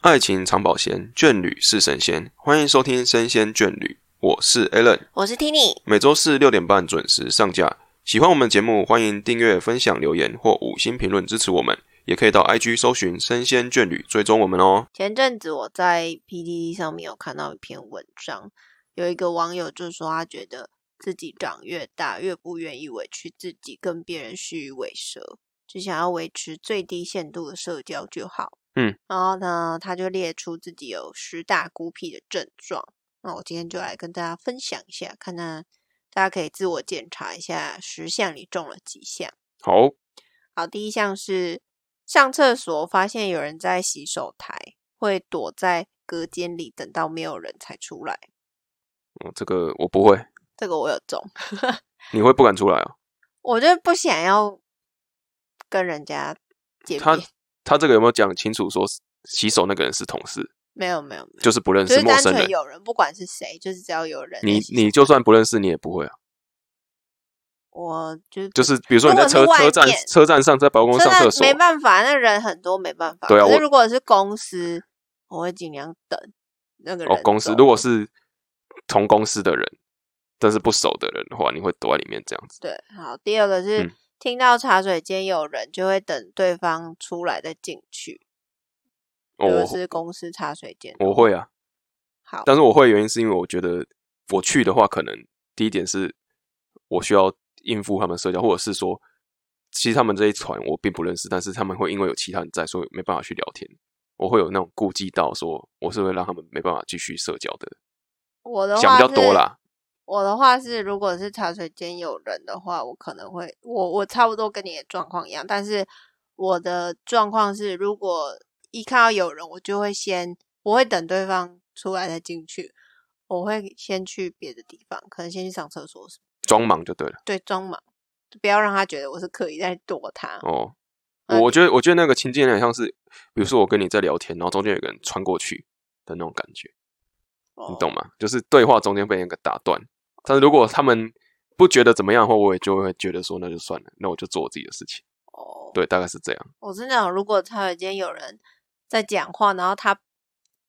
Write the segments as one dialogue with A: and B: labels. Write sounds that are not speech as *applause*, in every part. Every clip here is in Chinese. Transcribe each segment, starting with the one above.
A: 爱情长保鲜，眷侣是神仙。欢迎收听《生鲜眷侣》，我是 Alan，
B: 我是 Tini，
A: 每周四六点半准时上架。喜欢我们节目，欢迎订阅、分享、留言或五星评论支持我们，也可以到 IG 搜寻“生鲜眷侣”追踪我们哦。
B: 前阵子我在 PTT 上面有看到一篇文章，有一个网友就说他觉得自己长越大越不愿意委屈自己，跟别人虚与委蛇，只想要维持最低限度的社交就好。
A: 嗯，
B: 然后呢，他就列出自己有十大孤僻的症状。那我今天就来跟大家分享一下，看看大家可以自我检查一下十项你中了几项。
A: 好，
B: 好，第一项是上厕所，发现有人在洗手台，会躲在隔间里，等到没有人才出来。
A: 哦这个我不会，
B: 这个我有中， *laughs*
A: 你会不敢出来哦？
B: 我就不想要跟人家见
A: 他
B: 面。
A: 他这个有没有讲清楚说洗手那个人是同事，
B: 没有没有没有，
A: 就是不认
B: 就
A: 识
B: 是
A: 陌
B: 单
A: 生
B: 纯
A: 人？
B: 有人，不管是谁，就是只要有人在
A: 你
B: 洗手台。
A: 你就算不认识，你也不会啊。
B: 我就是
A: 就是比如说你在车
B: 如果是
A: 车
B: 外
A: 站
B: 面
A: 车站上，在balcony
B: 真
A: 上厕
B: 的
A: 所
B: 没，办法，那人很多，没办法。
A: 对啊
B: 可是
A: 我
B: 如果是公司，我会尽量等那个人走。
A: 哦，公司如果是同公司的人，但是不熟的人的话，你会躲在里面这样子。
B: 对，好，第二个是、
A: 嗯
B: 听到茶水间有人，就会等对方出来再进去。
A: 哦
B: 如果
A: 我
B: 是公司茶水间，
A: 我会啊，
B: 好，
A: 但是我会的原因是因为我觉得我去的话，可能第一点是我需要应付他们社交，或者是说，其实他们这一团我并不认识，但是他们会因为有其他人在，所以没办法去聊天。我会有那种顾忌到，说我是会让他们没办法继续社交的，
B: 我的话
A: 想比较多
B: 是
A: 啦。
B: 我的话是，如果是茶水间有人的话，我可能会，我我差不多跟你的状况一样，但是我的状况是，如果一看到有人，我就会先，我会等对方出来再进去，我会先去别的地方，可能先去上厕所，
A: 装忙就对了。
B: 对，装忙，不要让他觉得我是刻意在躲他。
A: 哦，
B: 那
A: 我我觉得我觉得那个情境有点像是，比如说我跟你在聊天，然后中间有个人穿过去的那种感觉，
B: 哦
A: 你懂吗？就是对话中间被那个打断。但是如果他们不觉得怎么样的话，我也就会觉得说那就算了，那我就做我自己的事情。
B: 哦，
A: 对，大概是这样。
B: 我是那种如果茶水间有人在讲话，然后他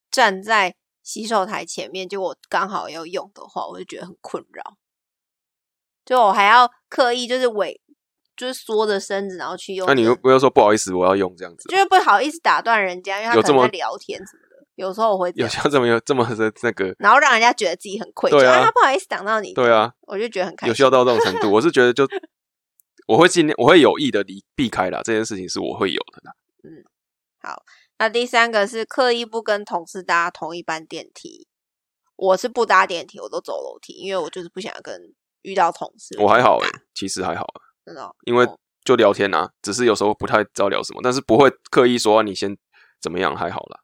B: 站在洗手台前面，就我刚好要用的话，我就觉得很困扰。就我还要刻意就是尾，就是缩着身子，然后去用
A: 那
B: 这个、
A: 你又不要说不好意思，我要用这样子
B: 就，是不好意思打断人家，因为
A: 有
B: 他可
A: 这
B: 能
A: 么
B: 在聊天什么的。有时候我会这
A: 有
B: 样，
A: 像这么有这么的那个，
B: 然后让人家觉得自己很愧疚，
A: 对啊
B: 他不好意思挡到你，
A: 对啊，
B: 我就觉得很开
A: 有
B: 心。
A: 需要到这种程度。我是觉得
B: *laughs*
A: 就我会尽量，我会有意的离避开啦，这件事情是我会有的啦。
B: 那第三个是刻意不跟同事搭同一班电梯，我是不搭电梯，我都走楼梯，因为我就是不想跟遇到同事。
A: 我还好
B: 哎、
A: 诶、其实还好。
B: 真的哦、
A: 因为
B: 哦
A: 就聊天啊，只是有时候不太知道聊什么，但是不会刻意说、啊你先怎么样，还好啦。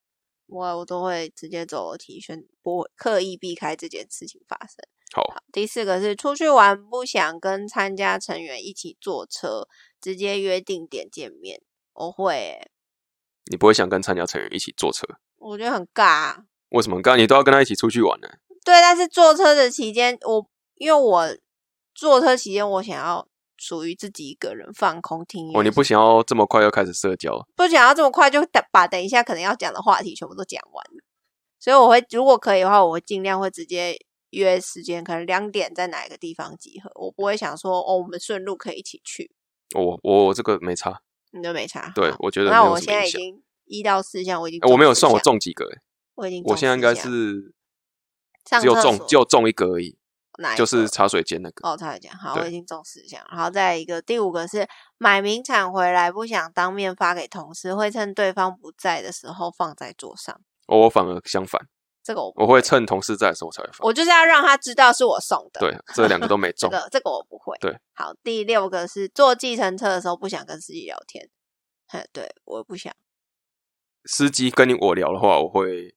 B: 我我都会直接走楼梯，选不会刻意避开这件事情发生。
A: 好，
B: 第四个是出去玩不想跟参加成员一起坐车，直接约定点见面。我会欸、
A: 你不会想跟参加成员一起坐车，
B: 我觉得很尬啊、
A: 为什么？刚刚你都要跟他一起出去玩呢、
B: 对，但是坐车的期间，我因为我坐车期间，我想要属于自己一个人放空听音乐。
A: 哦，你不想要这么快要开始社交，
B: 不想要这么快就等把等一下可能要讲的话题全部都讲完了，所以我会如果可以的话，我会尽量会直接约时间，可能两点在哪一个地方集合，我不会想说哦，我们顺路可以一起去，
A: 哦我我我这个没差，
B: 你都没差。
A: 对
B: 好
A: 我觉得
B: 那
A: 没有
B: 我
A: 什
B: 现
A: 么
B: 在
A: 影
B: 已
A: 响。
B: 经一到四项，我已经
A: 哎我没有
B: 四
A: 算我
B: 项，
A: 中几个、欸，
B: 我已经
A: 我
B: 中
A: 现在
B: 四
A: 应该
B: 项
A: 是
B: 上
A: 只有
B: 厕
A: 中
B: 所
A: 就中一个而已，
B: 哪一
A: 就是
B: 个
A: 茶水间那个。
B: 哦，他有讲好，
A: 对
B: 我已经中四项，然后再一个第五个是买名产回来不想当面发给同事，会趁对方不在的时候放在桌上，
A: 哦，我反而相反，
B: 这个我不
A: 我会趁同事在的时候才会放。
B: 我就是要让他知道是我送的。， *laughs*
A: 对，这两个都没
B: 这
A: 中。
B: 个这个我不会。
A: 对，
B: 好，第六个是坐计程车的时候不想跟司机聊天。嘿，对，我不想。
A: 司机跟你我聊的话，我会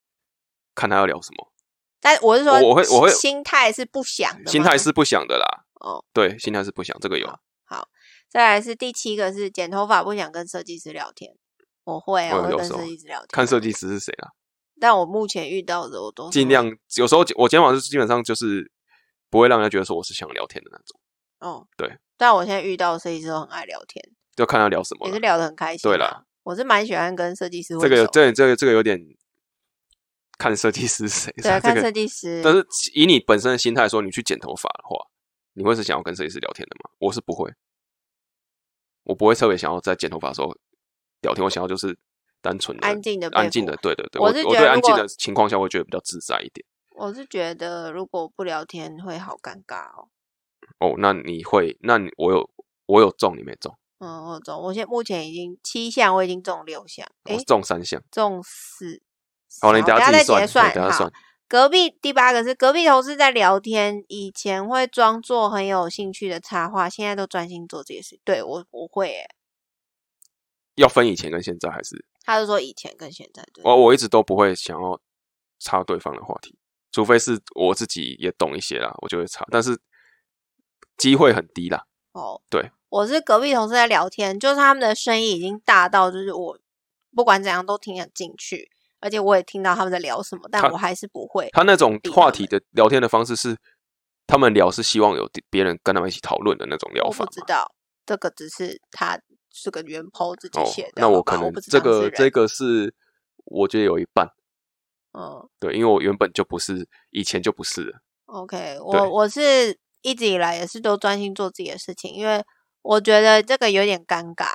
A: 看他要聊什么。
B: 但我是说，
A: 我我会我会
B: 心态是不想的吗，
A: 心态是不想的啦。
B: 哦，
A: 对，心态是不想，这个有，
B: 再来是第七个是剪头发不想跟设计师聊天，我会啊，
A: 我
B: 我
A: 有
B: 会
A: 有
B: 跟
A: 时
B: 设
A: 候
B: 计师聊天，
A: 看设计师是谁啦，
B: 但我目前遇到的我都是
A: 尽量有时候我今天晚上基本上就是不会让人家觉得说我是想聊天的那种，
B: 哦，
A: 对。
B: 但我现在遇到的设计师都很爱聊天，
A: 就看他聊什么
B: 也
A: 啦
B: 是聊得很开心、
A: 对啦，
B: 我是蛮喜欢跟设计师
A: 这
B: 挥
A: 个
B: 手。
A: 这个这个这个有点看设计师是谁，
B: 对啊，
A: 这
B: 看
A: 个
B: 设计师，
A: 但是以你本身的心态说，你去剪头发的话，你会是想要跟设计师聊天的吗？我是不会，我不会特别想要在剪头发的时候聊天，我想要就是单纯的、
B: 安静的
A: 安静的，对对对，
B: 我
A: 我
B: 是
A: 我
B: 觉
A: 对
B: 得
A: 安
B: 如
A: 静
B: 果
A: 的情况下，我会觉得比较自在一点。
B: 我是觉得如果不聊天会好尴尬哦。
A: 哦，那你会，那你我有我有中，你没中，
B: 嗯，我中，我现目前已经七项，我已经中六项，诶
A: 我，中三项。
B: 中四。
A: 好，你
B: 好
A: 等
B: 等
A: 下
B: 下
A: 自己
B: 再结
A: 算，
B: 算
A: 对等下
B: 好
A: 算。
B: 隔壁第八个是隔壁同事在聊天，以前会装作很有兴趣的插话，现在都专心做这些事。对我我会诶、
A: 要分以前跟现在还是
B: 他就说以前跟现在对，
A: 我我一直都不会想要插对方的话题，除非是我自己也懂一些啦，我就会插，但是机会很低啦。
B: 哦，
A: 对，
B: 我是隔壁同事在聊天，就是他们的声音已经大到，就是我不管怎样都听得进去，而且我也听到他们在聊什么，但
A: 他
B: 我还是不会。
A: 他那种
B: 理他
A: 话
B: 们
A: 题的聊天的方式是，他们聊是希望有别人跟他们一起讨论的那种聊
B: 我
A: 法
B: 不
A: 嘛。
B: 知道这个只是他是个原 po 自己
A: 哦
B: 写的，，
A: 那
B: 我
A: 可能
B: 不知
A: 这
B: 道是
A: 个
B: 人
A: 这个是，我觉得有一半
B: 嗯
A: 对，因为我原本就不是，以前就不是了。
B: ，OK，
A: 对
B: 我我是一直以来也是都专心做自己的事情，因为我觉得这个有点尴尬，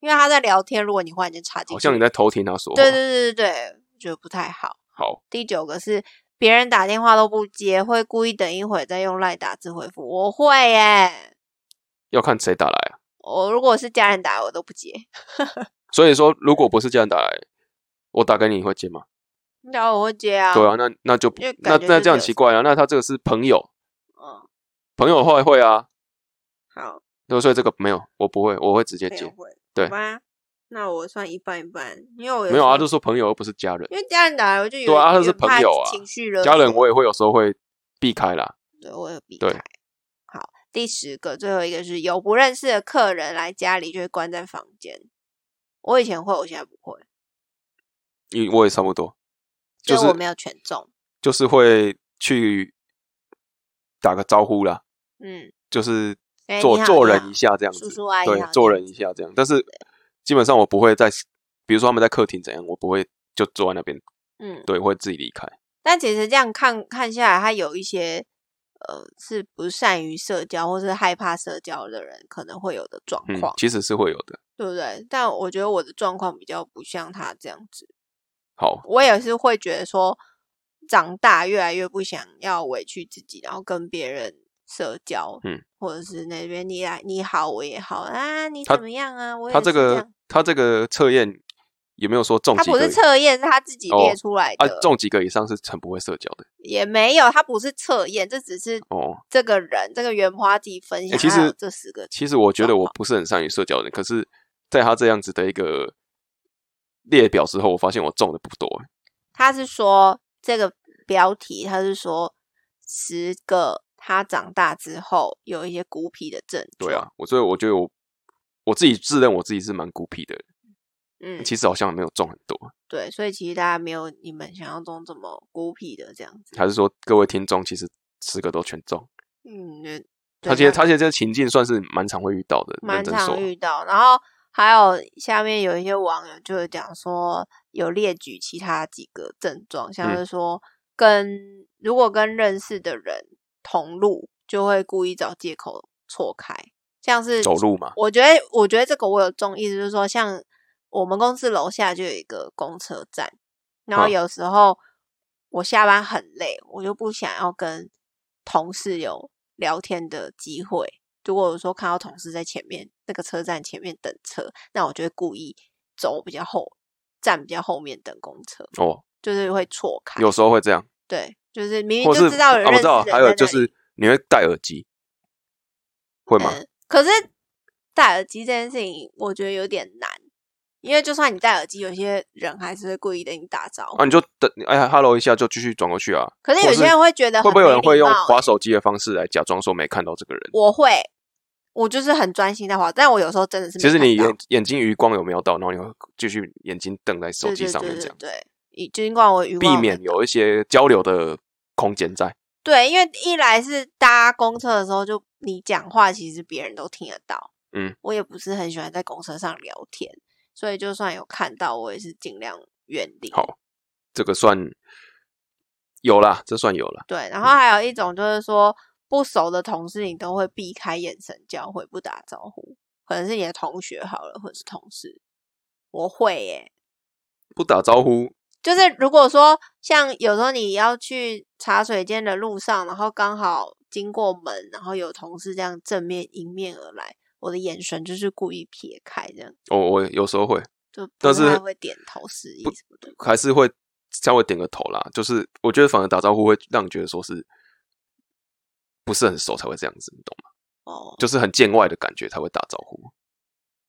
B: 因为他在聊天，如果你忽然间插进
A: 好
B: 去，
A: 像你在偷听他说话。
B: 对对对对对，我觉得不太好。
A: 好，
B: 第九个是别人打电话都不接，会故意等一会儿再用赖打字回复。我会耶，
A: 要看谁打来啊。
B: 我如果是家人打来我都不接，
A: 所以说，如果不是这样打来，我打给你你会接吗？
B: 然后我会接啊。
A: 对啊，那那就不
B: 因为
A: 那
B: 感觉
A: 那
B: 就是
A: 这样
B: 有
A: 奇怪啊。那他这个是朋友，
B: 嗯，
A: 朋友的话会啊，
B: 好，
A: 对所以这个没有，我不会，我会直接
B: 没
A: 接
B: 有。会，
A: 对
B: 好吧，那我算一半一半，因为我
A: 没有啊，
B: 时
A: 就
B: 候
A: 说朋友又不是家人，
B: 因为家人打来我就有
A: 对啊
B: 有
A: 他是
B: 怕
A: 朋友啊
B: 情绪了，
A: 家人我也会有时候会避开啦。
B: 对我有避
A: 对
B: 开。好，第十个，最后一个是有不认识的客人来家里就会关在房间。我以前会，我现在不会，
A: 因为我也差不多，就
B: 所以
A: 是
B: 我没有全中。
A: 就是会去打个招呼啦，
B: 嗯，
A: 就是
B: 哎
A: 做
B: 你好
A: 做
B: 你
A: 人
B: 好
A: 一下这样子，
B: 叔叔阿姨
A: 对
B: 好，这
A: 做
B: 样
A: 人一下这样。但是基本上我不会在，比如说他们在客厅怎样，我不会就坐在那边，
B: 嗯，
A: 对，会自己离开。
B: 但其实这样看看下来，他有一些呃是不善于社交或是害怕社交的人可能会有的状
A: 嗯
B: 况，，
A: 其实是会有的。
B: 对不对？但我觉得我的状况比较不像他这样子，
A: 好，
B: 我也是会觉得说，长大越来越不想要委屈自己，然后跟别人社交，
A: 嗯，
B: 或者是那边你来你好我也好啊，你
A: 他
B: 怎么样啊？我也
A: 他这
B: 是这
A: 个
B: 样
A: 他这个测验有没有说中
B: 他
A: 几
B: 不
A: 个
B: 是
A: 以？
B: 测验，是他自己
A: 哦
B: 列出来的，
A: 啊，中几个以上是很不会社交的
B: 也没有，他不是测验，这只是
A: 哦。
B: 这个人，这个原花自己分
A: 欸
B: 享，
A: 其
B: 还有
A: 实
B: 这十个，
A: 其实我觉得我不是很善于社交的人，可是在他这样子的一个列表之后，我发现我中的不多、欸
B: 他是说这个标题，他是说十个他长大之后有一些孤僻的症状。
A: 对啊，，我所以我觉得我我自己自认我自己是蛮孤僻的人，
B: 嗯，
A: 其实好像没有中很多。
B: 对，所以其实大家没有你们想象中这么孤僻的这样子。
A: 还是说各位听众其实十个都全中？
B: 嗯，对
A: 他其
B: 对
A: 实他现在这个情境算是蛮常会遇到的，认
B: 蛮
A: 真说
B: 常，遇到。然后还有下面有一些网友就有讲说，有列举其他几个症状，像
A: 嗯
B: 是说跟、如果跟认识的人同路，就会故意找借口错开，像是
A: 走路嘛，
B: 我觉得，我觉得这个我有中，意思就是说，像我们公司楼下就有一个公车站，然后
A: 嗯
B: 有时候我下班很累，我就不想要跟同事有聊天的机会。如果我说看到同事在前面那个车站前面等车，那我就会故意走比较后，站比较后面等公车，
A: 哦，
B: 就是会错开。
A: 有时候会这样。
B: 对，就是明明
A: 或是
B: 就知道有
A: 啊
B: 认
A: 我
B: 识
A: 知道，
B: 的
A: 还
B: 人
A: 有
B: 在
A: 就
B: 那里
A: 是你会戴耳机，会吗？
B: 嗯，可是戴耳机这件事情，我觉得有点难，因为就算你戴耳机，有些人还是会故意跟你打招呼。
A: 啊，你就等，哎呀，hello 一下就继续转过去啊。
B: 可是
A: 或
B: 有些人会觉得
A: 会不会有人会用
B: 滑？
A: 划手机的方式来假装说没看到这个人？
B: 欸我会，我就是很专心在滑，但我有时候真的是没
A: 其实你
B: 看到
A: 眼眼睛余光有没有到，然后你会继续眼睛瞪在手
B: 对
A: 机
B: 对
A: 上
B: 对
A: 面，
B: 对
A: 这样
B: 对，以尽管我余光
A: 避
B: 有
A: 免
B: 看到
A: 有一些交流的空间在。
B: 对，因为一来是搭公车的时候，就你讲话其实别人都听得到。
A: 嗯，
B: 我也不是很喜欢在公车上聊天，所以就算有看到，我也是尽量远离。
A: 好，这个算有啦，这算有啦。
B: 对，然后还有一种就是说，不熟的同事你都会避开眼神交汇，不打招呼，可能是你的同学好了，或者是同事。我会耶、
A: 不打招呼，
B: 就是如果说像有时候你要去茶水间的路上，然后刚好经过门，然后有同事这样正面迎面而来，我的眼神就是故意撇开这样，
A: 我、我有时候会
B: 就不
A: 但是
B: 太会点头示意
A: 不
B: 什么的。
A: 还是会稍微点个头啦。就是我觉得反而打招呼会让你觉得说是不是很熟才会这样子，你懂吗？
B: 哦，
A: 就是很见外的感觉才会打招呼。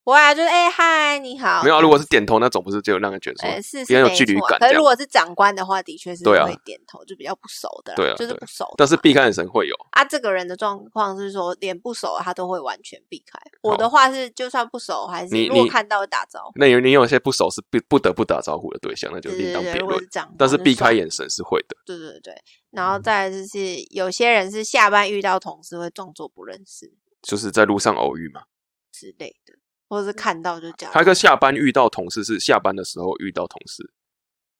B: 我啊，就是哎嗨、你好。
A: 没有、啊，如果是点头那种，不是就让人觉得
B: 哎、
A: 说
B: 是
A: 比较有
B: 没
A: 距离
B: 错
A: 感
B: 可
A: 这
B: 是
A: 样
B: 如果是长官的话，的确是
A: 对啊
B: 会点头，就比较不熟的啦，
A: 对啊
B: 就是
A: 对
B: 不熟的嘛。
A: 但是避开眼神会有，
B: 啊，这个人的状况是说，连不熟他都会完全避开。我
A: 好
B: 的话是，就算不熟，还是
A: 你
B: 如果
A: 你
B: 看到会打招呼。
A: 那有你有些不熟是不不得不打招呼的对象，那就
B: 对
A: 另
B: 对
A: 当
B: 对，
A: 别
B: 如果是
A: 论。
B: 长官，
A: 但是
B: 就
A: 避开嗯
B: 算
A: 眼神是会的，
B: 对对对，然后再来就是有些人是下班遇到同事会装作不认识
A: 就是在路上偶遇
B: 啊
A: 嘛。
B: 之类的，或者是看到就讲
A: 还有一个下班遇到同事是下班的时候遇到同事，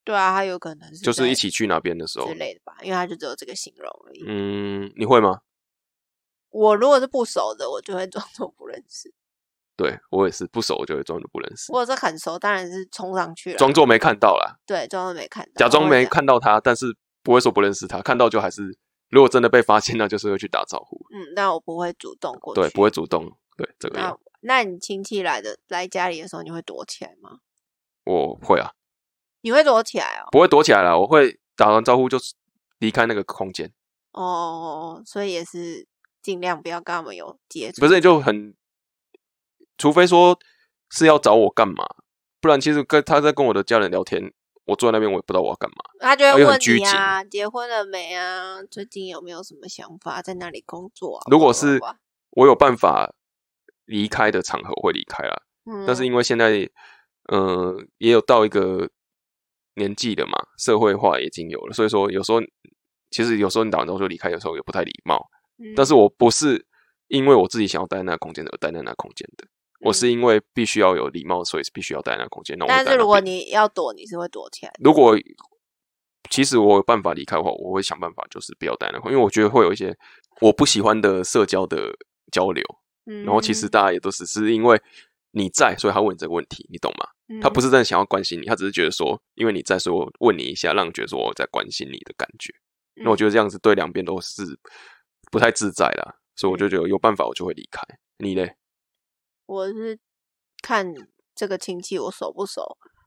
B: 对啊，他有可能是
A: 就是
B: 在
A: 一起去那边的时候
B: 之，类的吧，因为他就只有这个形容而已。
A: 嗯，你会吗？
B: 我如果是不熟的，我就会装作不认识；
A: 对我也是不熟，我就会装作不认识，
B: 如果是很熟，当然是冲上去了，
A: 装作没看到啦，
B: 对装作没看到，
A: 假装
B: 或者
A: 没
B: 是
A: 看到他，但是不会说不认识他，看到就还是如果真的被发现，那就是会去打招呼，
B: 嗯，但我不会主动过去，
A: 对，不会主动，对这个样
B: 那那你亲戚来的来家里的时候，你会躲起来吗？
A: 我会啊，
B: 你会躲起来哦，
A: 不会躲起来了，我会打完招呼就离开那个空间，
B: 哦，所以也是尽量不要跟他们有接触。
A: 不是就很，除非说是要找我干嘛，不然其实跟他在跟我的家人聊天，我坐在那边我也不知道我要干嘛，
B: 他就
A: 而
B: 会
A: 且很
B: 问
A: 拘
B: 你啊，结婚了没啊？最近有没有什么想法？在哪里工作啊？
A: 如果
B: 哇哇
A: 是
B: 哇
A: 我有办法离开的场合我会离开啦，
B: 嗯，
A: 但是因为现在，呃，也有到一个年纪了嘛，社会化已经有了，所以说有时候其实有时候你打完招呼就离开，有时候也不太礼貌。但是
B: 嗯
A: 我不是因为我自己想要待在那个空间而待在那个空间的，我是因为必须要有礼貌，所以必须要待在那个空间。那我
B: 嗯但
A: 会待
B: 是
A: 在那
B: 如果
A: 边
B: 你要躲，你是会躲起来的。
A: 如果其实我有办法离开的话，我会想办法就是不要待在那个空间，因为我觉得会有一些我不喜欢的社交的交流。
B: 嗯，
A: 然后其实大家也都只是因为你在，所以他问你这个问题，你懂吗？他不
B: 是
A: 是真的想要关心你，他只是觉得说，因为你在，所以我问你一下，让你觉得说我在关心你的感觉。
B: 嗯
A: 那我觉得这样子对两边都是不太自在啦，所以我就觉得有办法我就会离开。你嘞？
B: 我是看这个亲戚我熟不熟，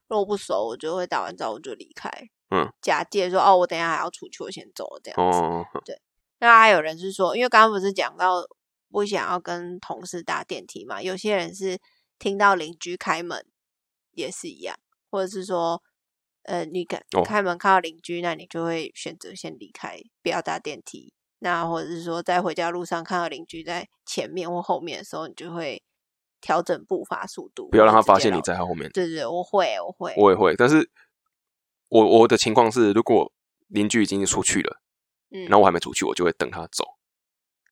B: 如果不熟，我就会打完招呼就离开。
A: 嗯，
B: 假借说哦，我等一下还要出去，我先走了这样子。
A: 哦，
B: 那还有人是说，因为刚刚不是讲到不想要跟同事搭电梯嘛，有些人是听到邻居开门也是一样，或者是说，呃，你开
A: 哦
B: 开门看到邻居，那你就会选择先离开，不要搭电梯。那或者是说，在回家路上看到邻居在前面或后面的时候，你就会调整步伐速度，
A: 不要让
B: 或
A: 他
B: 者直
A: 发
B: 接
A: 现你
B: 绕
A: 在他后面。
B: 对对，对我会，我会，
A: 我也会，但是我我的情况是，如果邻居已经出去了，
B: 嗯
A: 然后我还没出去，我就会等他走。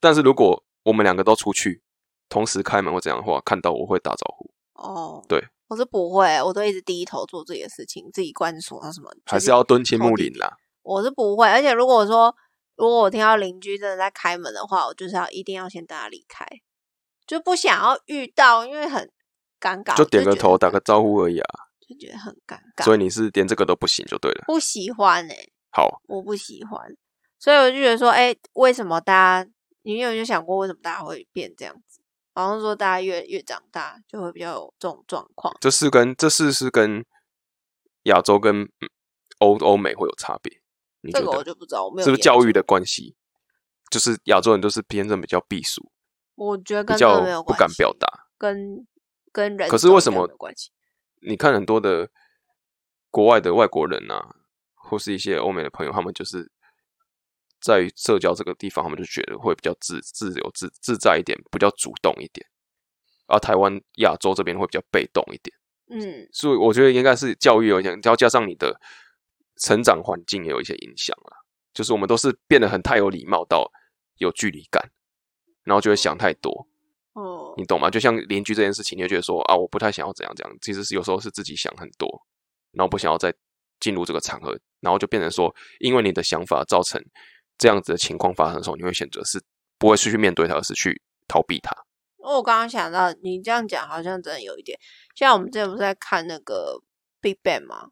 A: 但是如果我们两个都出去，同时开门或怎样的话，看到我会打招呼。
B: 哦，
A: 对，
B: 我是不会，我都一直低头做自己的事情，自己关锁啊什么，就
A: 还是要蹲亲睦邻啦。
B: 我是不会，而且如果说如果我听到邻居真的在开门的话，我就是要一定要先带他离开，就不想要遇到，因为很尴尬，
A: 就点个头，打
B: 个
A: 个招呼而已啊。
B: 就觉得很尴尬，
A: 所以你是连这个都不行就对了。
B: 不喜欢哎、
A: 好，
B: 我不喜欢，所以我就觉得说，哎、为什么大家？你有没有想过为什么大家会变这样子？好像说大家越越长大就会比较有这种状况，
A: 这是跟这是是跟亚洲跟嗯欧欧美会有差别，你觉
B: 这个我
A: 得
B: 就不知道，我没有
A: 是不是
B: 研
A: 教
B: 究
A: 育的关系？就是亚洲人都是偏正比较避暑，
B: 我觉得
A: 比
B: 跟这
A: 较
B: 个没有
A: 不
B: 关系，
A: 敢表达。
B: 跟跟人
A: 可是为什
B: 种
A: 么
B: 没有关系？
A: 你看很多的国外的外国人啊，或是一些欧美的朋友，他们就是在于社交这个地方，他们就觉得会比较自自由自自在一点，比较主动一点。而台湾亚洲这边会比较被动一点。
B: 嗯，
A: 所以我觉得应该是教育有影响，要加上你的成长环境也有一些影响啦。就是我们都是变得很太有礼貌到有距离感，然后就会想太多，
B: 哦，
A: 你懂吗？就像邻居这件事情，你会觉得说啊，我不太想要怎样怎样，其实是有时候是自己想很多，然后不想要再进入这个场合，然后就变成说，因为你的想法造成这样子的情况发生的时候，你会选择是不会是去面对它，而是去逃避它。
B: 因为我刚刚想到，你这样讲好像真的有一点，像我们之前不是在看那个《Big Bang》吗？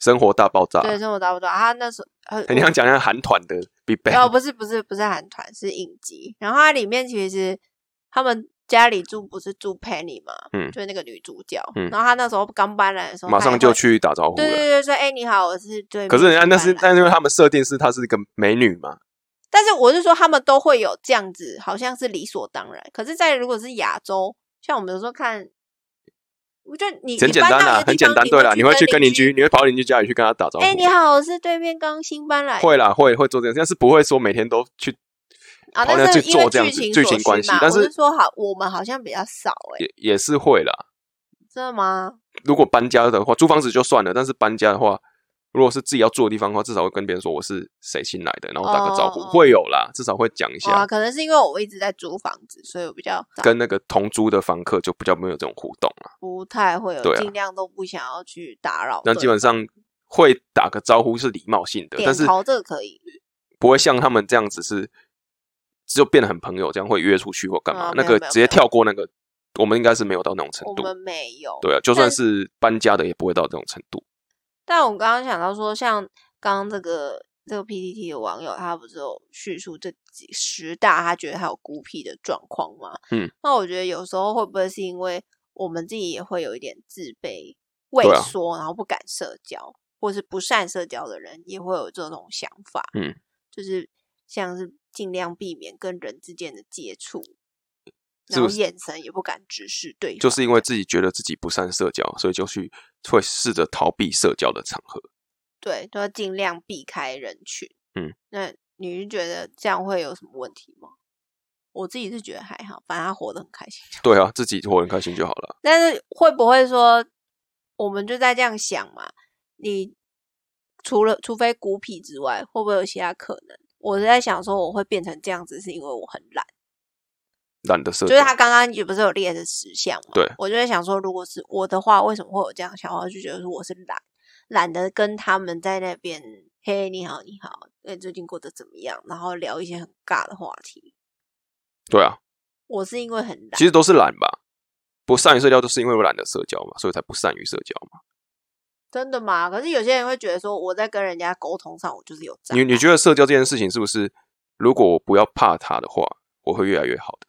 A: 生活大爆炸， *laughs*
B: 对，生活大不多。他那时候呃
A: 很想讲像韩团的 Big
B: 哦，
A: Bang，
B: 不是不是不是韩团，是影集。然后它里面其实他们家里住不是住 Penny 嘛，
A: 嗯
B: 就是那个女主角。
A: 嗯
B: 然后她那时候刚搬来的时候，
A: 马
B: 她也
A: 上
B: 会
A: 就去打招呼
B: 对对
A: 了。
B: 对说：“哎、你好，我是对。”
A: 可是人家那是，
B: 搬来
A: 但是因为他们设定是她是一个美女嘛，
B: 但是我是说，他们都会有这样子，好像是理所当然。可是，在如果是亚洲，像我们有时候看，我就你
A: 很简单啦、很简单，对啦，
B: 你
A: 你
B: 搬
A: 会
B: 到一
A: 去
B: 个
A: 跟
B: 地
A: 邻
B: 方
A: 居，你会跑到邻居家里去跟他打招呼。
B: 哎、你好，我是对面刚新搬来的。
A: 会啦，会会做这样，但是不会说每天都去
B: 啊，
A: 跑那
B: 但是
A: 去
B: 因为
A: 做这样子
B: 剧
A: 剧
B: 所
A: 情关
B: 需
A: 系
B: 嘛，
A: 但
B: 我
A: 是
B: 是说好，我们好像比较少哎、
A: 也也是会啦。
B: 真的吗？
A: 如果搬家的话，租房子就算了，但是搬家的话，如果是自己要住的地方的话，至少会跟别人说我是谁新来的，然后打个招呼，
B: 哦
A: 会有啦，至少会讲一下。
B: 啊，可能是因为我一直在租房子，所以我比较少
A: 跟那个同租的房客就比较没有这种互动了，
B: 不太会有，
A: 对啊
B: 尽量都不想要去打扰对
A: 那
B: 方。
A: 基本上会打个招呼是礼貌性的，
B: 点
A: 但是
B: 头这个可以，
A: 不会像他们这样子是就变得很朋友，这样会约出去或干嘛，
B: 啊
A: 那
B: 没有
A: 个
B: 没有
A: 直接跳过那个，我们应该是没有到那种程
B: 我
A: 度，
B: 们没有。
A: 对啊，就算
B: 但
A: 是搬家的也不会到这种程度，
B: 但我刚刚想到说，像刚刚这个这个 PPT 的网友，他不是有叙述这几十大他觉得他有孤僻的状况吗？
A: 嗯，
B: 那我觉得有时候会不会是因为我们自己也会有一点自卑、畏
A: 对啊
B: 缩，然后不敢社交，或是不善社交的人也会有这种想法。
A: 嗯，
B: 就是像是尽量避免跟人之间的接触。
A: 是
B: 然
A: 不
B: 后
A: 是
B: 眼神也不敢直视对方，
A: 就是因为自己觉得自己不善社交，所以就去会试着逃避社交的场合。
B: 对，都要尽量避开人群。
A: 嗯，
B: 那你是觉得这样会有什么问题吗？我自己是觉得还好，反正他活得很开心。
A: 对啊，自己活得很开心就好了。
B: 但是会不会说，我们就在这样想嘛？你除了除非孤僻之外，会不会有其他可能？我是在想说，我会变成这样子，是因为我很懒。
A: 懒得社
B: 就是
A: 交，
B: 他刚刚也不是有列的十项嘛？
A: 对
B: 我就会想说，如果是我的话，为什么会有这样的想法？我就觉得说我是懒，懒得跟他们在那边嘿，你好，你好，哎，最近过得怎么样？然后聊一些很尬的话题。
A: 对啊，
B: 我是因为很懒
A: 其，实都是懒吧。不善于社交，都是因为我懒得社交嘛，所以才不善于社交嘛。
B: 真的吗？可是有些人会觉得说，我在跟人家沟通上，我就是有啊障
A: 你你
B: 碍
A: 觉得社交这件事情是不是？如果我不要怕它的话，我会越来越好的。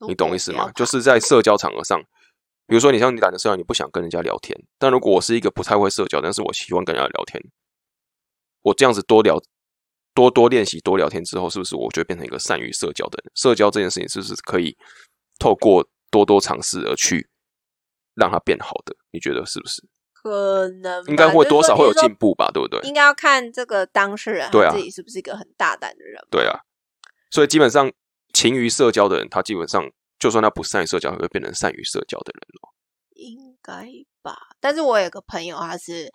B: 如
A: 你
B: 果
A: 懂意思
B: 不要
A: 吗？就
B: 怕
A: 是在社交场合上，比如说你像你懒得社交，你不想跟人家聊天。但如果我是一个不太会社交，但是我喜欢跟人家聊天，我这样子多聊、多多练习、多聊天之后，是不是我就会变成一个善于社交的人？社交这件事情是不是可以透过多多尝试而去让它变好的？你觉得是不是？
B: 可能
A: 应该
B: 吧
A: 会
B: 就是
A: 多
B: 说
A: 少
B: 比
A: 会
B: 如
A: 有
B: 说
A: 进步吧，对不对？
B: 应该要看这个当事人
A: 对
B: 他
A: 啊
B: 自己是不是一个很大胆的人嘛。
A: 对啊，所以基本上勤于社交的人，他基本上就算他不善于社交，也会变成善于社交的人了。
B: 应该吧。但是我有个朋友，他是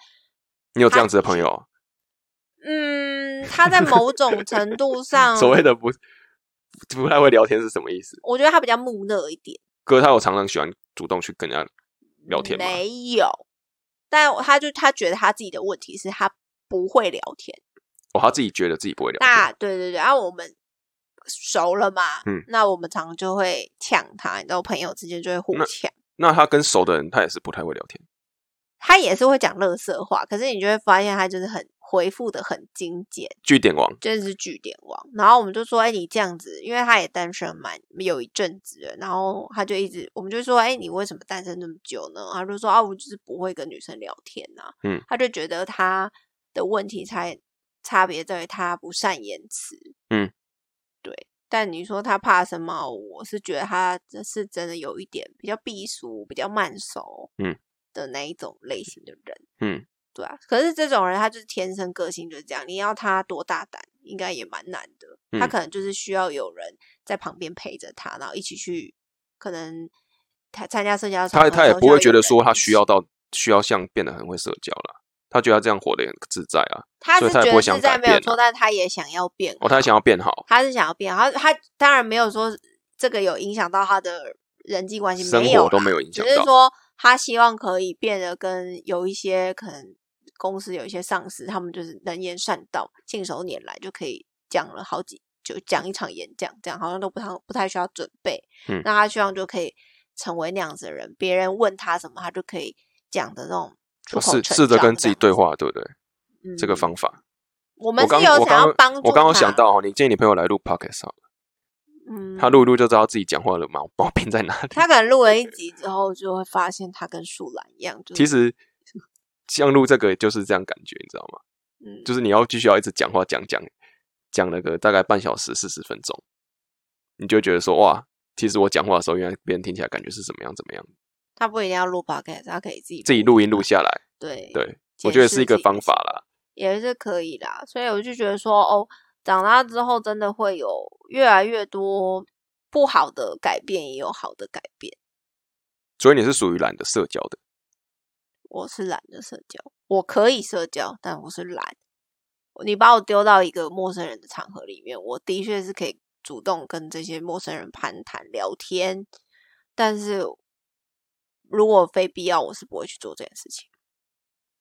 A: 你有这样子的朋友啊？
B: 嗯，他在
A: *laughs*
B: 某种程度上，
A: 所谓的不不太会聊天是什么意思？
B: 我觉得他比较木讷一点。
A: 哥，他有常常喜欢主动去跟人家聊天吗？
B: 没有，但他就他觉得他自己的问题是他不会聊天。
A: 哦，他自己觉得自己不会聊天，
B: 那对对对，啊，我们熟了嘛，
A: 嗯
B: 那我们常就会呛他，你知道，朋友之间就会互
A: 那
B: 呛。
A: 那他跟熟的人，他也是不太会聊天。
B: 他也是会讲乐色话，可是你就会发现他就是很回复的很精简，
A: 据点王，
B: 就是据点王。然后我们就说，哎、你这样子，因为他也单身蛮有一阵子了，然后他就一直，我们就说，哎、你为什么单身那么久呢？他就说，啊，我就是不会跟女生聊天啊呐、
A: 嗯，
B: 他就觉得他的问题才差别在于他不善言辞。
A: 嗯，
B: 对。但你说他怕什么？我是觉得他这是真的有一点比较避俗、比较慢熟，
A: 嗯，
B: 的那一种类型的人。
A: 嗯，
B: 对啊，可是这种人他就是天生个性就是这样，你要他多大胆，应该也蛮难的。他
A: 嗯
B: 可能就是需要有人在旁边陪着他，然后一起去，可能他参加社交场合
A: 他
B: 的时
A: 他也
B: 候
A: 不会
B: 需要
A: 觉
B: 有
A: 得
B: 人
A: 说他
B: 一起
A: 需要，到需要像变得很会社交了。他觉得他这样活得也很自在啊，
B: 他
A: 所
B: 是
A: 以他也
B: 觉
A: 不
B: 得
A: 会
B: 自
A: 想
B: 在
A: 改
B: 没有
A: 变
B: 错，
A: 啊
B: 但他也想要变，
A: 哦，他想要变好，
B: 他是想要变好，他他当然没有说这个有影响到他的人际关系，
A: 生
B: 没有
A: 活都
B: 啦
A: 没有影响
B: 只是
A: 到哦
B: 说他希望可以变得跟有一些可能公司有一些上司，他们就是能言善道，信手拈来就可以讲了好几，就讲一场演讲，这样好像都不太不太需要准备。
A: 嗯
B: 那他希望就可以成为那样子的人，别人问他什么，他就可以讲的那种出
A: 就
B: 口
A: 试
B: 成
A: 试着
B: 章
A: 跟
B: 这
A: 自己
B: 样
A: 对话，对不对？
B: 嗯
A: 这个方法，
B: 我们
A: 我
B: 是
A: 刚
B: 有
A: 我
B: 想
A: 刚
B: 要帮助
A: 我刚刚
B: 他
A: 想，到哦，你建议你朋友来录 podcast 好了，
B: 嗯，
A: 他录一录就知道自己讲话的毛毛病在哪里。
B: 他可能录了一集之后，就会发现他跟树懒一样，就
A: 其实像录这个就是这样感觉，你知道吗？
B: 嗯
A: 就是你要继续要一直讲话讲讲讲那个大概半小时四十分钟，你就会觉得说哇，其实我讲话的时候，原来别人听起来感觉是怎么样怎么样，
B: 他不一定要录 podcast，他可以自己
A: 自己录音录下来，
B: 对
A: 对
B: 解
A: 我觉得
B: 释
A: 是一个
B: 自己
A: 方法啦。
B: 也是可以啦。所以我就觉得说，哦，长大之后真的会有越来越多不好的改变，也有好的改变。
A: 所以你是属于懒得社交的，
B: 我是懒得社交，我可以社交，但我是懒。你把我丢到一个陌生人的场合里面，我的确是可以主动跟这些陌生人攀谈聊天，但是如果非必要，我是不会去做这件事情。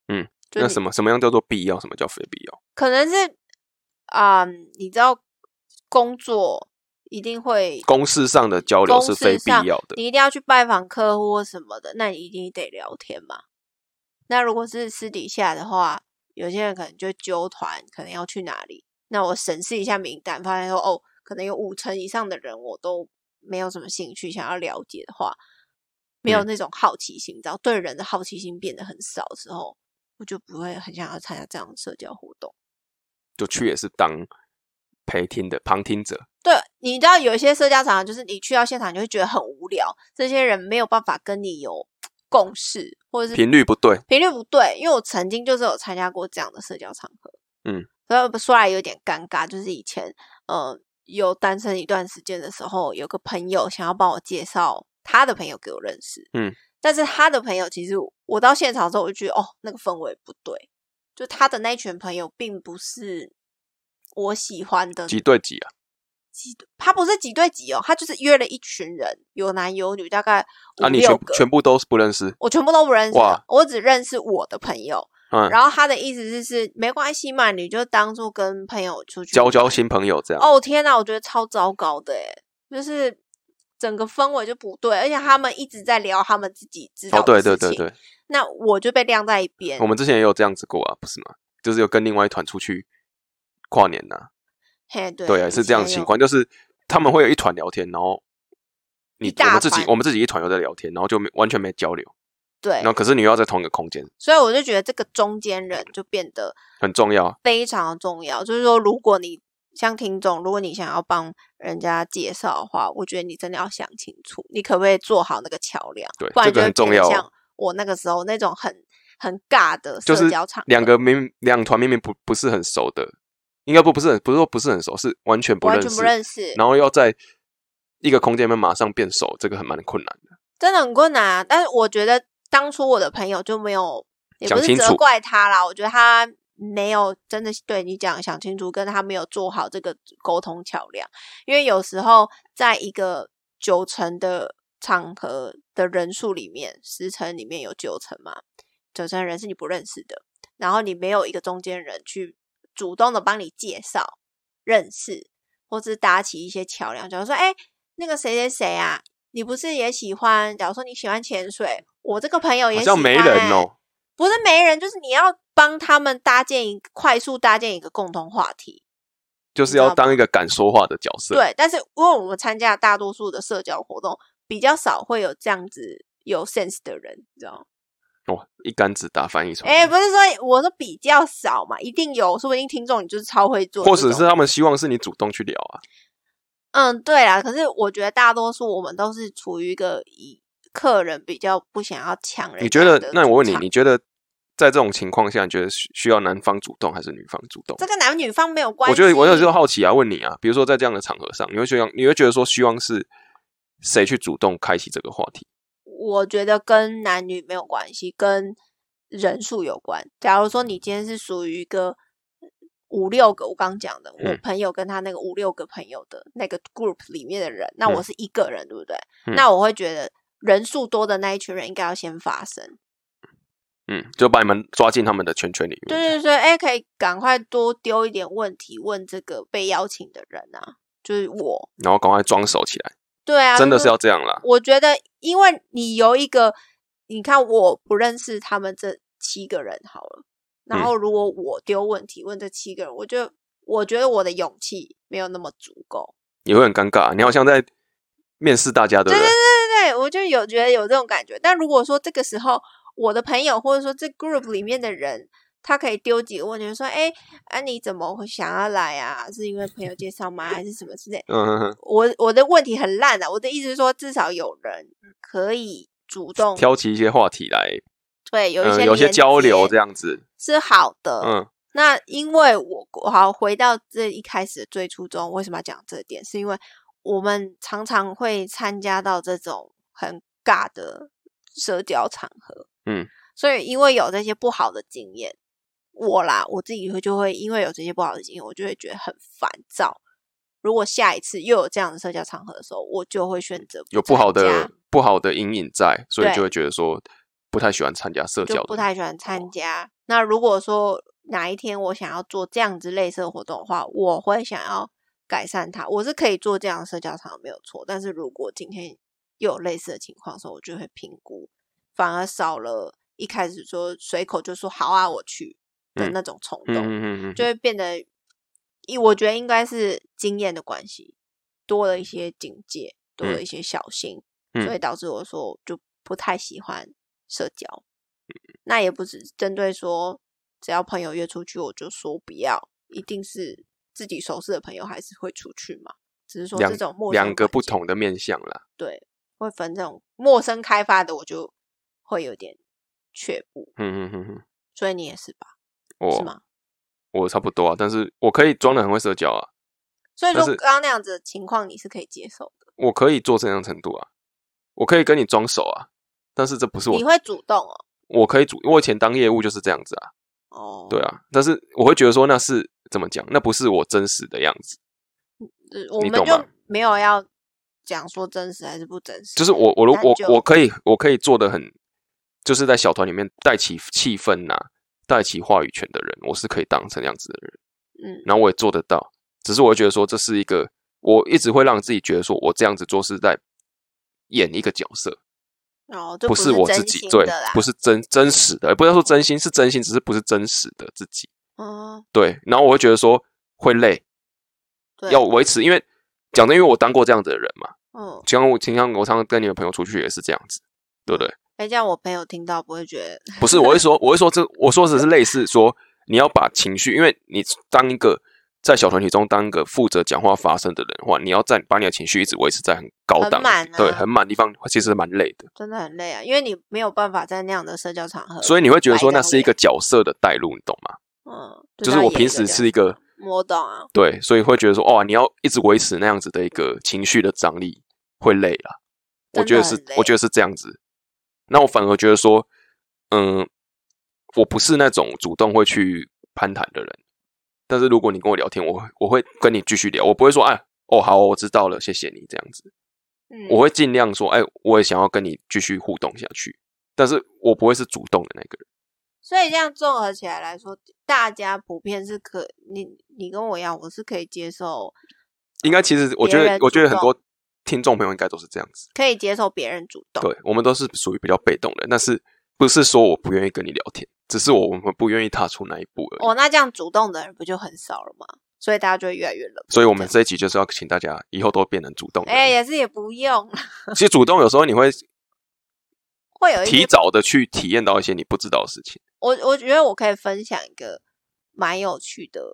A: 嗯，
B: 就
A: 那
B: 你
A: 什么什么样叫做必要，什么叫非必要？
B: 可能是啊、你知道工作一定会
A: 公式上的交流
B: 公
A: 是
B: 事
A: 非必
B: 上
A: 要的，
B: 你一定要去拜访客户或什么的，那你一定得聊天嘛。那如果是私底下的话，有些人可能就纠团，可能要去哪里，那我审视一下名单，发现说哦，可能有五成以上的人我都没有什么兴趣想要了解的话，没有
A: 嗯
B: 那种好奇心，你知道对人的好奇心变得很少之后，我就不会很想要参加这样的社交活动。
A: 就去也是当陪听的旁听者，
B: 对，你知道有一些社交场合，就是你去到现场，你会觉得很无聊，这些人没有办法跟你有共识，或者是
A: 频率不对，
B: 频率不对。因为我曾经就是有参加过这样的社交场合，
A: 嗯，
B: 所以说来有点尴尬，就是以前呃有单身一段时间的时候，有个朋友想要帮我介绍他的朋友给我认识，
A: 嗯，
B: 但是他的朋友其实我到现场之后，我就觉得哦，那个氛围不对，就他的那一群朋友并不是我喜欢的
A: 几对几啊？
B: 几，他不是几对几哦，他就是约了一群人，有男有女，大概五
A: 啊，你全
B: 六个，
A: 全部都是不认识，
B: 我全部都不认识
A: 哇，
B: 我只认识我的朋友。
A: 嗯，
B: 然后他的意思就是没关系嘛，你就当做跟朋友出去
A: 交交
B: 玩。
A: 新朋友这样。
B: 哦天哪，我觉得超糟糕的诶，就是整个氛围就不对，而且他们一直在聊他们自己知道
A: 哦，
B: 的
A: 对
B: 事情。
A: 对对对，
B: 那我就被晾在一边
A: 我。们之前也有这样子过啊，不是吗？就是有跟另外一团出去跨年呐、
B: 嘿，对
A: 对啊，是这样的情。况，就是他们会有一团聊天，然后
B: 一
A: 你我
B: 大
A: 们自己
B: 团
A: 我们自己一团又在聊天，然后就没完全没交流，
B: 以前有对
A: 然，后可是你又要在同一个空间，
B: 所以我就觉得这个中间人就变得
A: 很重要啊。
B: 非常重要。就是说，如果你像听众，如果你想要帮人家介绍的话，我觉得你真的要想清楚，你可不可以做好那个桥梁？
A: 对
B: 不然
A: 这个
B: 就会
A: 很重
B: 变
A: 要
B: 得
A: 哦
B: 像我那个时候那种很很尬的
A: 就
B: 社
A: 是
B: 交场合，
A: 两个明两团明明不不是很熟的，应该不不是很不是说不是很熟，是完全不
B: 完
A: 认
B: 全
A: 识，
B: 不认识，
A: 然后要在一个空间里面马上变熟，这个很蛮困难的。
B: 真的很困难、啊。但是我觉得当初我的朋友就没有，也不
A: 讲
B: 是
A: 清
B: 责
A: 楚
B: 怪他啦，我觉得他没有真的对你讲想清楚，跟他没有做好这个沟通桥梁。因为有时候在一个九成的场合的人数里面，十成里面有九成嘛，九成人是你不认识的，然后你没有一个中间人去主动的帮你介绍认识，或是搭起一些桥梁，假如说，哎、那个谁谁谁啊，你不是也喜欢？假如说你喜欢潜水，我这个朋友也
A: 好
B: 喜欢、
A: 像没人
B: 哎
A: 哦，
B: 不是没人，就是你要帮他们搭建一快速搭建一个共同话题。
A: 就是
B: 你
A: 要
B: 知道
A: 当一个敢说话的角色。
B: 对，但是因为我们参加大多数的社交活动，比较少会有这样子有 sense 的人，你知道吗？
A: 哇，一竿子打翻一船。
B: 哎、不是说我说比较少嘛，一定有，说不定听众你就是超会做这
A: 或
B: 种，
A: 者是他们希望是你主动去聊啊，
B: 嗯，对啦。可是我觉得大多数我们都是处于一个以客人比较不想要抢人。
A: 你觉得？那我问你，你觉得在这种情况下，你觉得需需要男方主动还是女方主动
B: 这？跟男女方没有关系？
A: 我觉得我有时候好奇啊，问你啊，比如说在这样的场合上，你会希望你会觉得说希望是谁去主动开启这个话题？
B: 我觉得跟男女没有关系，跟人数有关。假如说你今天是属于一个五六个，我刚讲的，我
A: 嗯
B: 朋友跟他那个五六个朋友的那个 group 里面的人，那
A: 嗯
B: 我是一个人，对不对？
A: 嗯
B: 那我会觉得，人数多的那一群人应该要先发声。
A: 嗯，就把你们抓进他们的圈圈里
B: 对
A: 面。
B: 对对，哎、可以赶快多丢一点问题问这个被邀请的人啊，就是我。
A: 然后赶快装熟起来，
B: 对啊，
A: 真的
B: 就是
A: 要这样啦。
B: 我觉得，因为你由一个，你看我不认识他们这七个人好了，然
A: 嗯
B: 后如果我丢问题问这七个人，我就我觉得我的勇气没有那么足够。
A: 也会很尴尬。啊你好像在面试大家，对不对？
B: 对对对，我就有觉得有这种感觉。但如果说这个时候我的朋友或者说这 group 里面的人，他可以丢几个问题，说：“哎，啊你怎么会想要来啊？是因为朋友介绍吗？还是什么之类的？”
A: 嗯哼哼，
B: 我我的问题很烂的、啊我的意思是说，至少有人可以主动
A: 挑起一些话题来，
B: 对有一些、呃
A: 嗯，有一些交流这样子。
B: 是好的。
A: 嗯
B: 那因为我我好回到这一开始的最初衷，为什么要讲这点？是因为我们常常会参加到这种很尬的社交场合，
A: 嗯，
B: 所以因为有这些不好的经验，我啦我自己会就会因为有这些不好的经验，我就会觉得很烦躁。如果下一次又有这样的社交场合的时候，我就会选择
A: 有不好
B: 参加
A: 的不好的阴影在，所以
B: 对
A: 就会觉得说不太喜欢参加社交
B: 就不
A: 的。哦
B: 太喜欢参加。那如果说哪一天我想要做这样子类似的活动的话，我会想要改善它。我是可以做这样的社交场合没有错，但是如果今天又有类似的情况的时候，我就会评估，反而少了一开始说随口就说好啊我去的
A: 嗯
B: 那种冲
A: 嗯
B: 动，
A: 嗯嗯
B: 就
A: 嗯，
B: 会变得，一我觉得应该是经验的关系，多了一些警戒，多了一些小心，
A: 嗯
B: 所以导致我说我就不太喜欢社交。
A: 嗯
B: 那也不只是针对说，只要朋友约出去，我就说不要，一定是自己熟识的朋友还是会出去嘛。只是说
A: 两
B: 这种陌生
A: 两个
B: 环
A: 不
B: 境
A: 同的面向啦。
B: 对会分这种陌生开发的，我就会有点却步。
A: 嗯嗯嗯嗯，
B: 所以你也是吧？是
A: 我
B: 吗？
A: 我差不多啊，但是我可以装的很会社交啊，
B: 所以
A: 但
B: 说
A: 是
B: 刚刚那样子的情况，你是可以接受的。
A: 我可以做这样程度啊，我可以跟你装熟啊，但是这不是我
B: 你，会主动哦。
A: 我可以主，我以前当业务就是这样子啊，
B: 哦，
A: 对啊，但是我会觉得说那是怎么讲，那不是我真实的样子，
B: 呃，我
A: 你
B: 们
A: 懂
B: 就
A: 吗
B: 没有要讲说真实还是不真实，
A: 就是我我如
B: 那
A: 我
B: 就
A: 我可以我可以做的很，就是在小团里面带起气氛呐、带起话语权的人，我是可以当成那样子的人，
B: 嗯
A: 然后我也做得到，只是我会觉得说这是一个，我一直会让自己觉得说我这样子做是在演一个角色，
B: 哦，就
A: 不
B: 是
A: 我自
B: 真
A: 己，
B: 心
A: 对
B: 的啦，，
A: 不是真真实的，也不要说真心是真心，只是不是真实的自己。
B: 嗯，
A: 对，然后我会觉得说会累，
B: 对，
A: 要维持，因为讲真，因为我当过这样子的人嘛，
B: 嗯，
A: 就像我，就像我常常跟你的朋友出去也是这样子，对不对？
B: 哎，这样我朋友听到不会觉得，
A: 不是，我会说，我 *laughs* 会说这，我说只是类似说你要把情绪，因为你当一个。在小团体中当一个负责讲话发声的人的话，你要在把你的情绪一直维持在很高
B: 很
A: 档的
B: 满
A: 地，对，
B: 啊
A: 很满的地方，其实蛮累的。
B: 真的很累啊，因为你没有办法在那样的社交场合，
A: 所以你会觉得说
B: 摆
A: 那
B: 在
A: 是一
B: 脸
A: 个角色的带入，你懂吗？
B: 嗯，
A: 就是我平时是一个
B: 摸懂啊，
A: 对，所以会觉得说，哦，你要一直维持那样子的一个情绪的张力，会累啦。我
B: 真
A: 觉得
B: 的
A: 是
B: 很累，
A: 我觉得是这样子。那我反而觉得说，嗯，我不是那种主动会去攀谈的人，但是如果你跟我聊天，我会我会跟你继续聊，我不会说，哎，哦，好，我知道了，谢谢你这样子，
B: 嗯
A: 我会尽量说，哎，我也想要跟你继续互动下去，但是我不会是主动的那个人。
B: 所以这样综合起来来说，大家普遍是可你你跟我一样，我是可以接受，
A: 应该其实我
B: 别
A: 觉得
B: 人，
A: 我觉得
B: 主
A: 很
B: 动
A: 多听众朋友应该都是这样子。
B: 可以接受别人主动，
A: 对，我们都是属于比较被动的，但是不是说我不愿意跟你聊天，只是我我们不愿意踏出那一步而已。
B: 哦，那这样主动的人不就很少了吗？所以大家就会越来越冷漠。
A: 所以，我们
B: 这样
A: 这一集就是要请大家以后都变成主动的人。
B: 哎、也是也不用，
A: 其实主动有时候你
B: *laughs*
A: 会
B: 会有一
A: 提
B: 些。
A: 早的去体验到一些你不知道的事情。
B: 我我觉得我可以分享一个蛮有趣的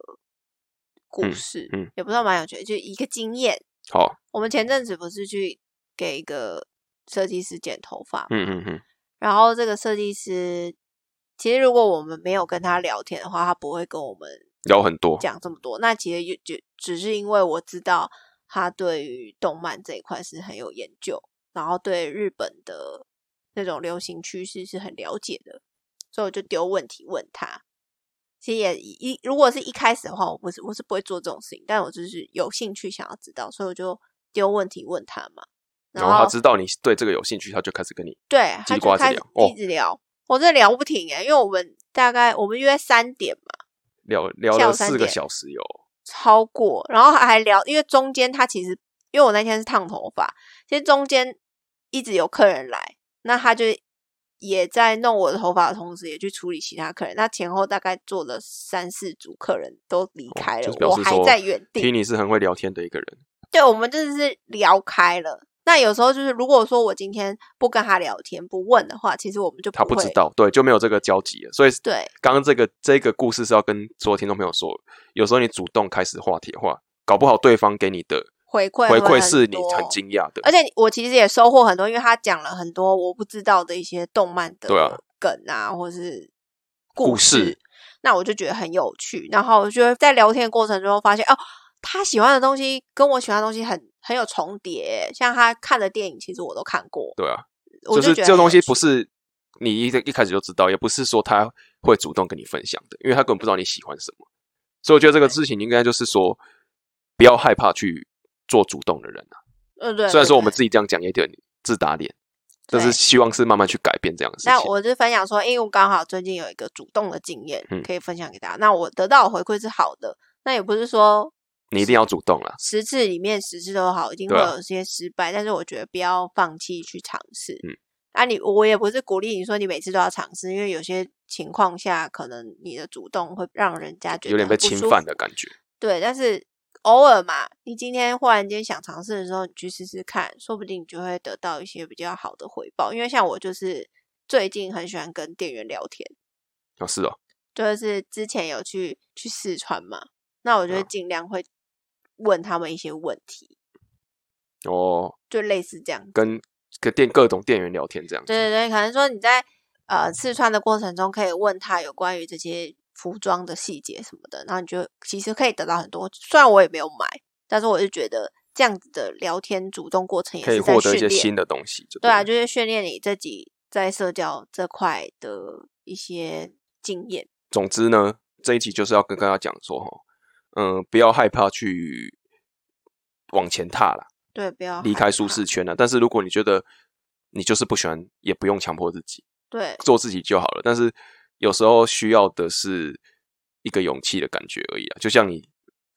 B: 故
A: 嗯
B: 事，
A: 嗯
B: 也不知道蛮有趣的，就一个经验。
A: 好，
B: 我们前阵子不是去给一个设计师剪头发吗，
A: 嗯嗯嗯，
B: 然后这个设计师，其实如果我们没有跟他聊天的话，他不会跟我们
A: 聊很多，
B: 讲这么多。那其实就就只是因为我知道他对于动漫这一块是很有研究，然后对日本的那种流行趋势是很了解的，所以我就丢问题问他。其实也一如果是一开始的话，我不是我是不会做这种事情，但我就是有兴趣想要知道，所以我就丢问题问他嘛。
A: 然后他知道你对这个有兴趣，他就开始跟你
B: 对，他
A: 叽里
B: 就
A: 呱啦
B: 开始
A: 聊哦
B: 一直聊，我真的聊不停哎，因为我们大概我们约三点嘛，
A: 聊聊
B: 下
A: 了
B: 午三
A: 四个
B: 点
A: 小时有，
B: 超过，然后还聊，因为中间他其实因为我那天是烫头发，其实中间一直有客人来，那他就也在弄我的头发的同时，也去处理其他客人。那前后大概做了三四组客人都离开了，
A: 哦就是表
B: 我
A: 示
B: 还
A: 说
B: 在原地。
A: 听你是很会聊天的一个人，
B: 对，我们真的是聊开了。那有时候就是，如果说我今天不跟他聊天、不问的话，其实我们就
A: 他
B: 不
A: 不
B: 会
A: 知道，对，就没有这个交集了。所以
B: 对
A: 刚刚这个这个故事是要跟所有听众朋友说，有时候你主动开始话题的话，搞不好对方给你的
B: 回馈
A: 回馈
B: 会
A: 是你很
B: 多
A: 惊讶的，
B: 而且我其实也收获很多，因为他讲了很多我不知道的一些动漫的
A: 对啊
B: 梗啊，或是
A: 故
B: 事。
A: 事
B: 那我就觉得很有趣，然后我就会在聊天的过程中发现，哦，他喜欢的东西跟我喜欢的东西很很有重叠。像他看的电影，其实我都看过，
A: 对啊，
B: 我
A: 是这
B: 觉得
A: 个
B: 很
A: 东西
B: 有
A: 不
B: 趣
A: 是你一一开始就知道，也不是说他会主动跟你分享的，因为他根本不知道你喜欢什么。所以我觉得这个事情应该就是说，不要害怕去做主动的人啊。
B: 呃对。
A: 虽然说
B: 对
A: 我们
B: 对
A: 自己这样讲也有点自打脸，但
B: 对
A: 是希望是慢慢去改变这样的事
B: 那
A: 情。
B: 我就分享说，因为我刚好最近有一个主动的经验
A: 嗯
B: 可以分享给大家。那我得到的回馈是好的，那也不是说
A: 你一定要主动啊啦，
B: 十次里面十次都好，一定会
A: 对啊
B: 有些失败，但是我觉得不要放弃去尝试。
A: 嗯，
B: 啊你，我也不是鼓励你说你每次都要尝试，因为有些情况下可能你的主动会让人家觉得
A: 有点被
B: 很不
A: 侵
B: 舒
A: 犯
B: 服
A: 的感觉。
B: 对，但是偶尔嘛，你今天忽然间想尝试的时候，你去试试看，说不定你就会得到一些比较好的回报。因为像我就是最近很喜欢跟店员聊天，
A: 哦，是哦，
B: 就是之前有去去四川嘛，那我就会
A: 嗯
B: 尽量会问他们一些问题，
A: 哦，
B: 就类似这样。
A: 跟跟店各种店员聊天这样子。
B: 对对对，可能说你在呃试穿的过程中，可以问他有关于这些服装的细节什么的，然后你就其实可以得到很多。虽然我也没有买，但是我就觉得这样子的聊天主动过程也
A: 可以
B: 是在
A: 获得一
B: 训
A: 些
B: 练
A: 新，的东西，就
B: 对啊，
A: 了
B: 就是训练你自己在社交这块的一些经验。
A: 总之呢，这一集就是要跟大家讲说哈，嗯、不要害怕去往前踏啦，
B: 对，不要
A: 离
B: 害
A: 开舒
B: 怕
A: 适，圈啦。但是如果你觉得你就是不喜欢，也不用强迫自己
B: 对
A: 做自己就好了。但是有时候需要的是一个勇气的感觉而已啊，就像你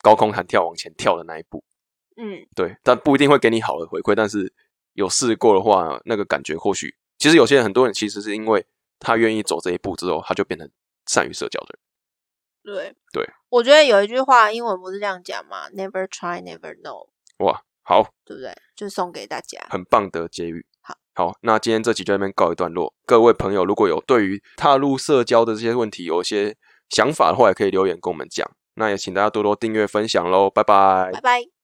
A: 高空弹跳往前跳的那一步，
B: 嗯，
A: 对，但不一定会给你好的回馈，但是有试过的话，那个感觉或许其实有些人很多人其实是因为他愿意走这一步之后，他就变成善于社交的人。
B: 对
A: 对。
B: 我觉得有一句话，英文不是这样讲嘛，“Never try, never know”，
A: 哇，好，
B: 对不对？就送给大家。
A: 很棒的结语。
B: 好，
A: 那今天这集就在这边告一段落。各位朋友，如果有对于踏入社交的这些问题有一些想法的话，也可以留言跟我们讲。那也请大家多多订阅分享喽，拜拜
B: 拜拜。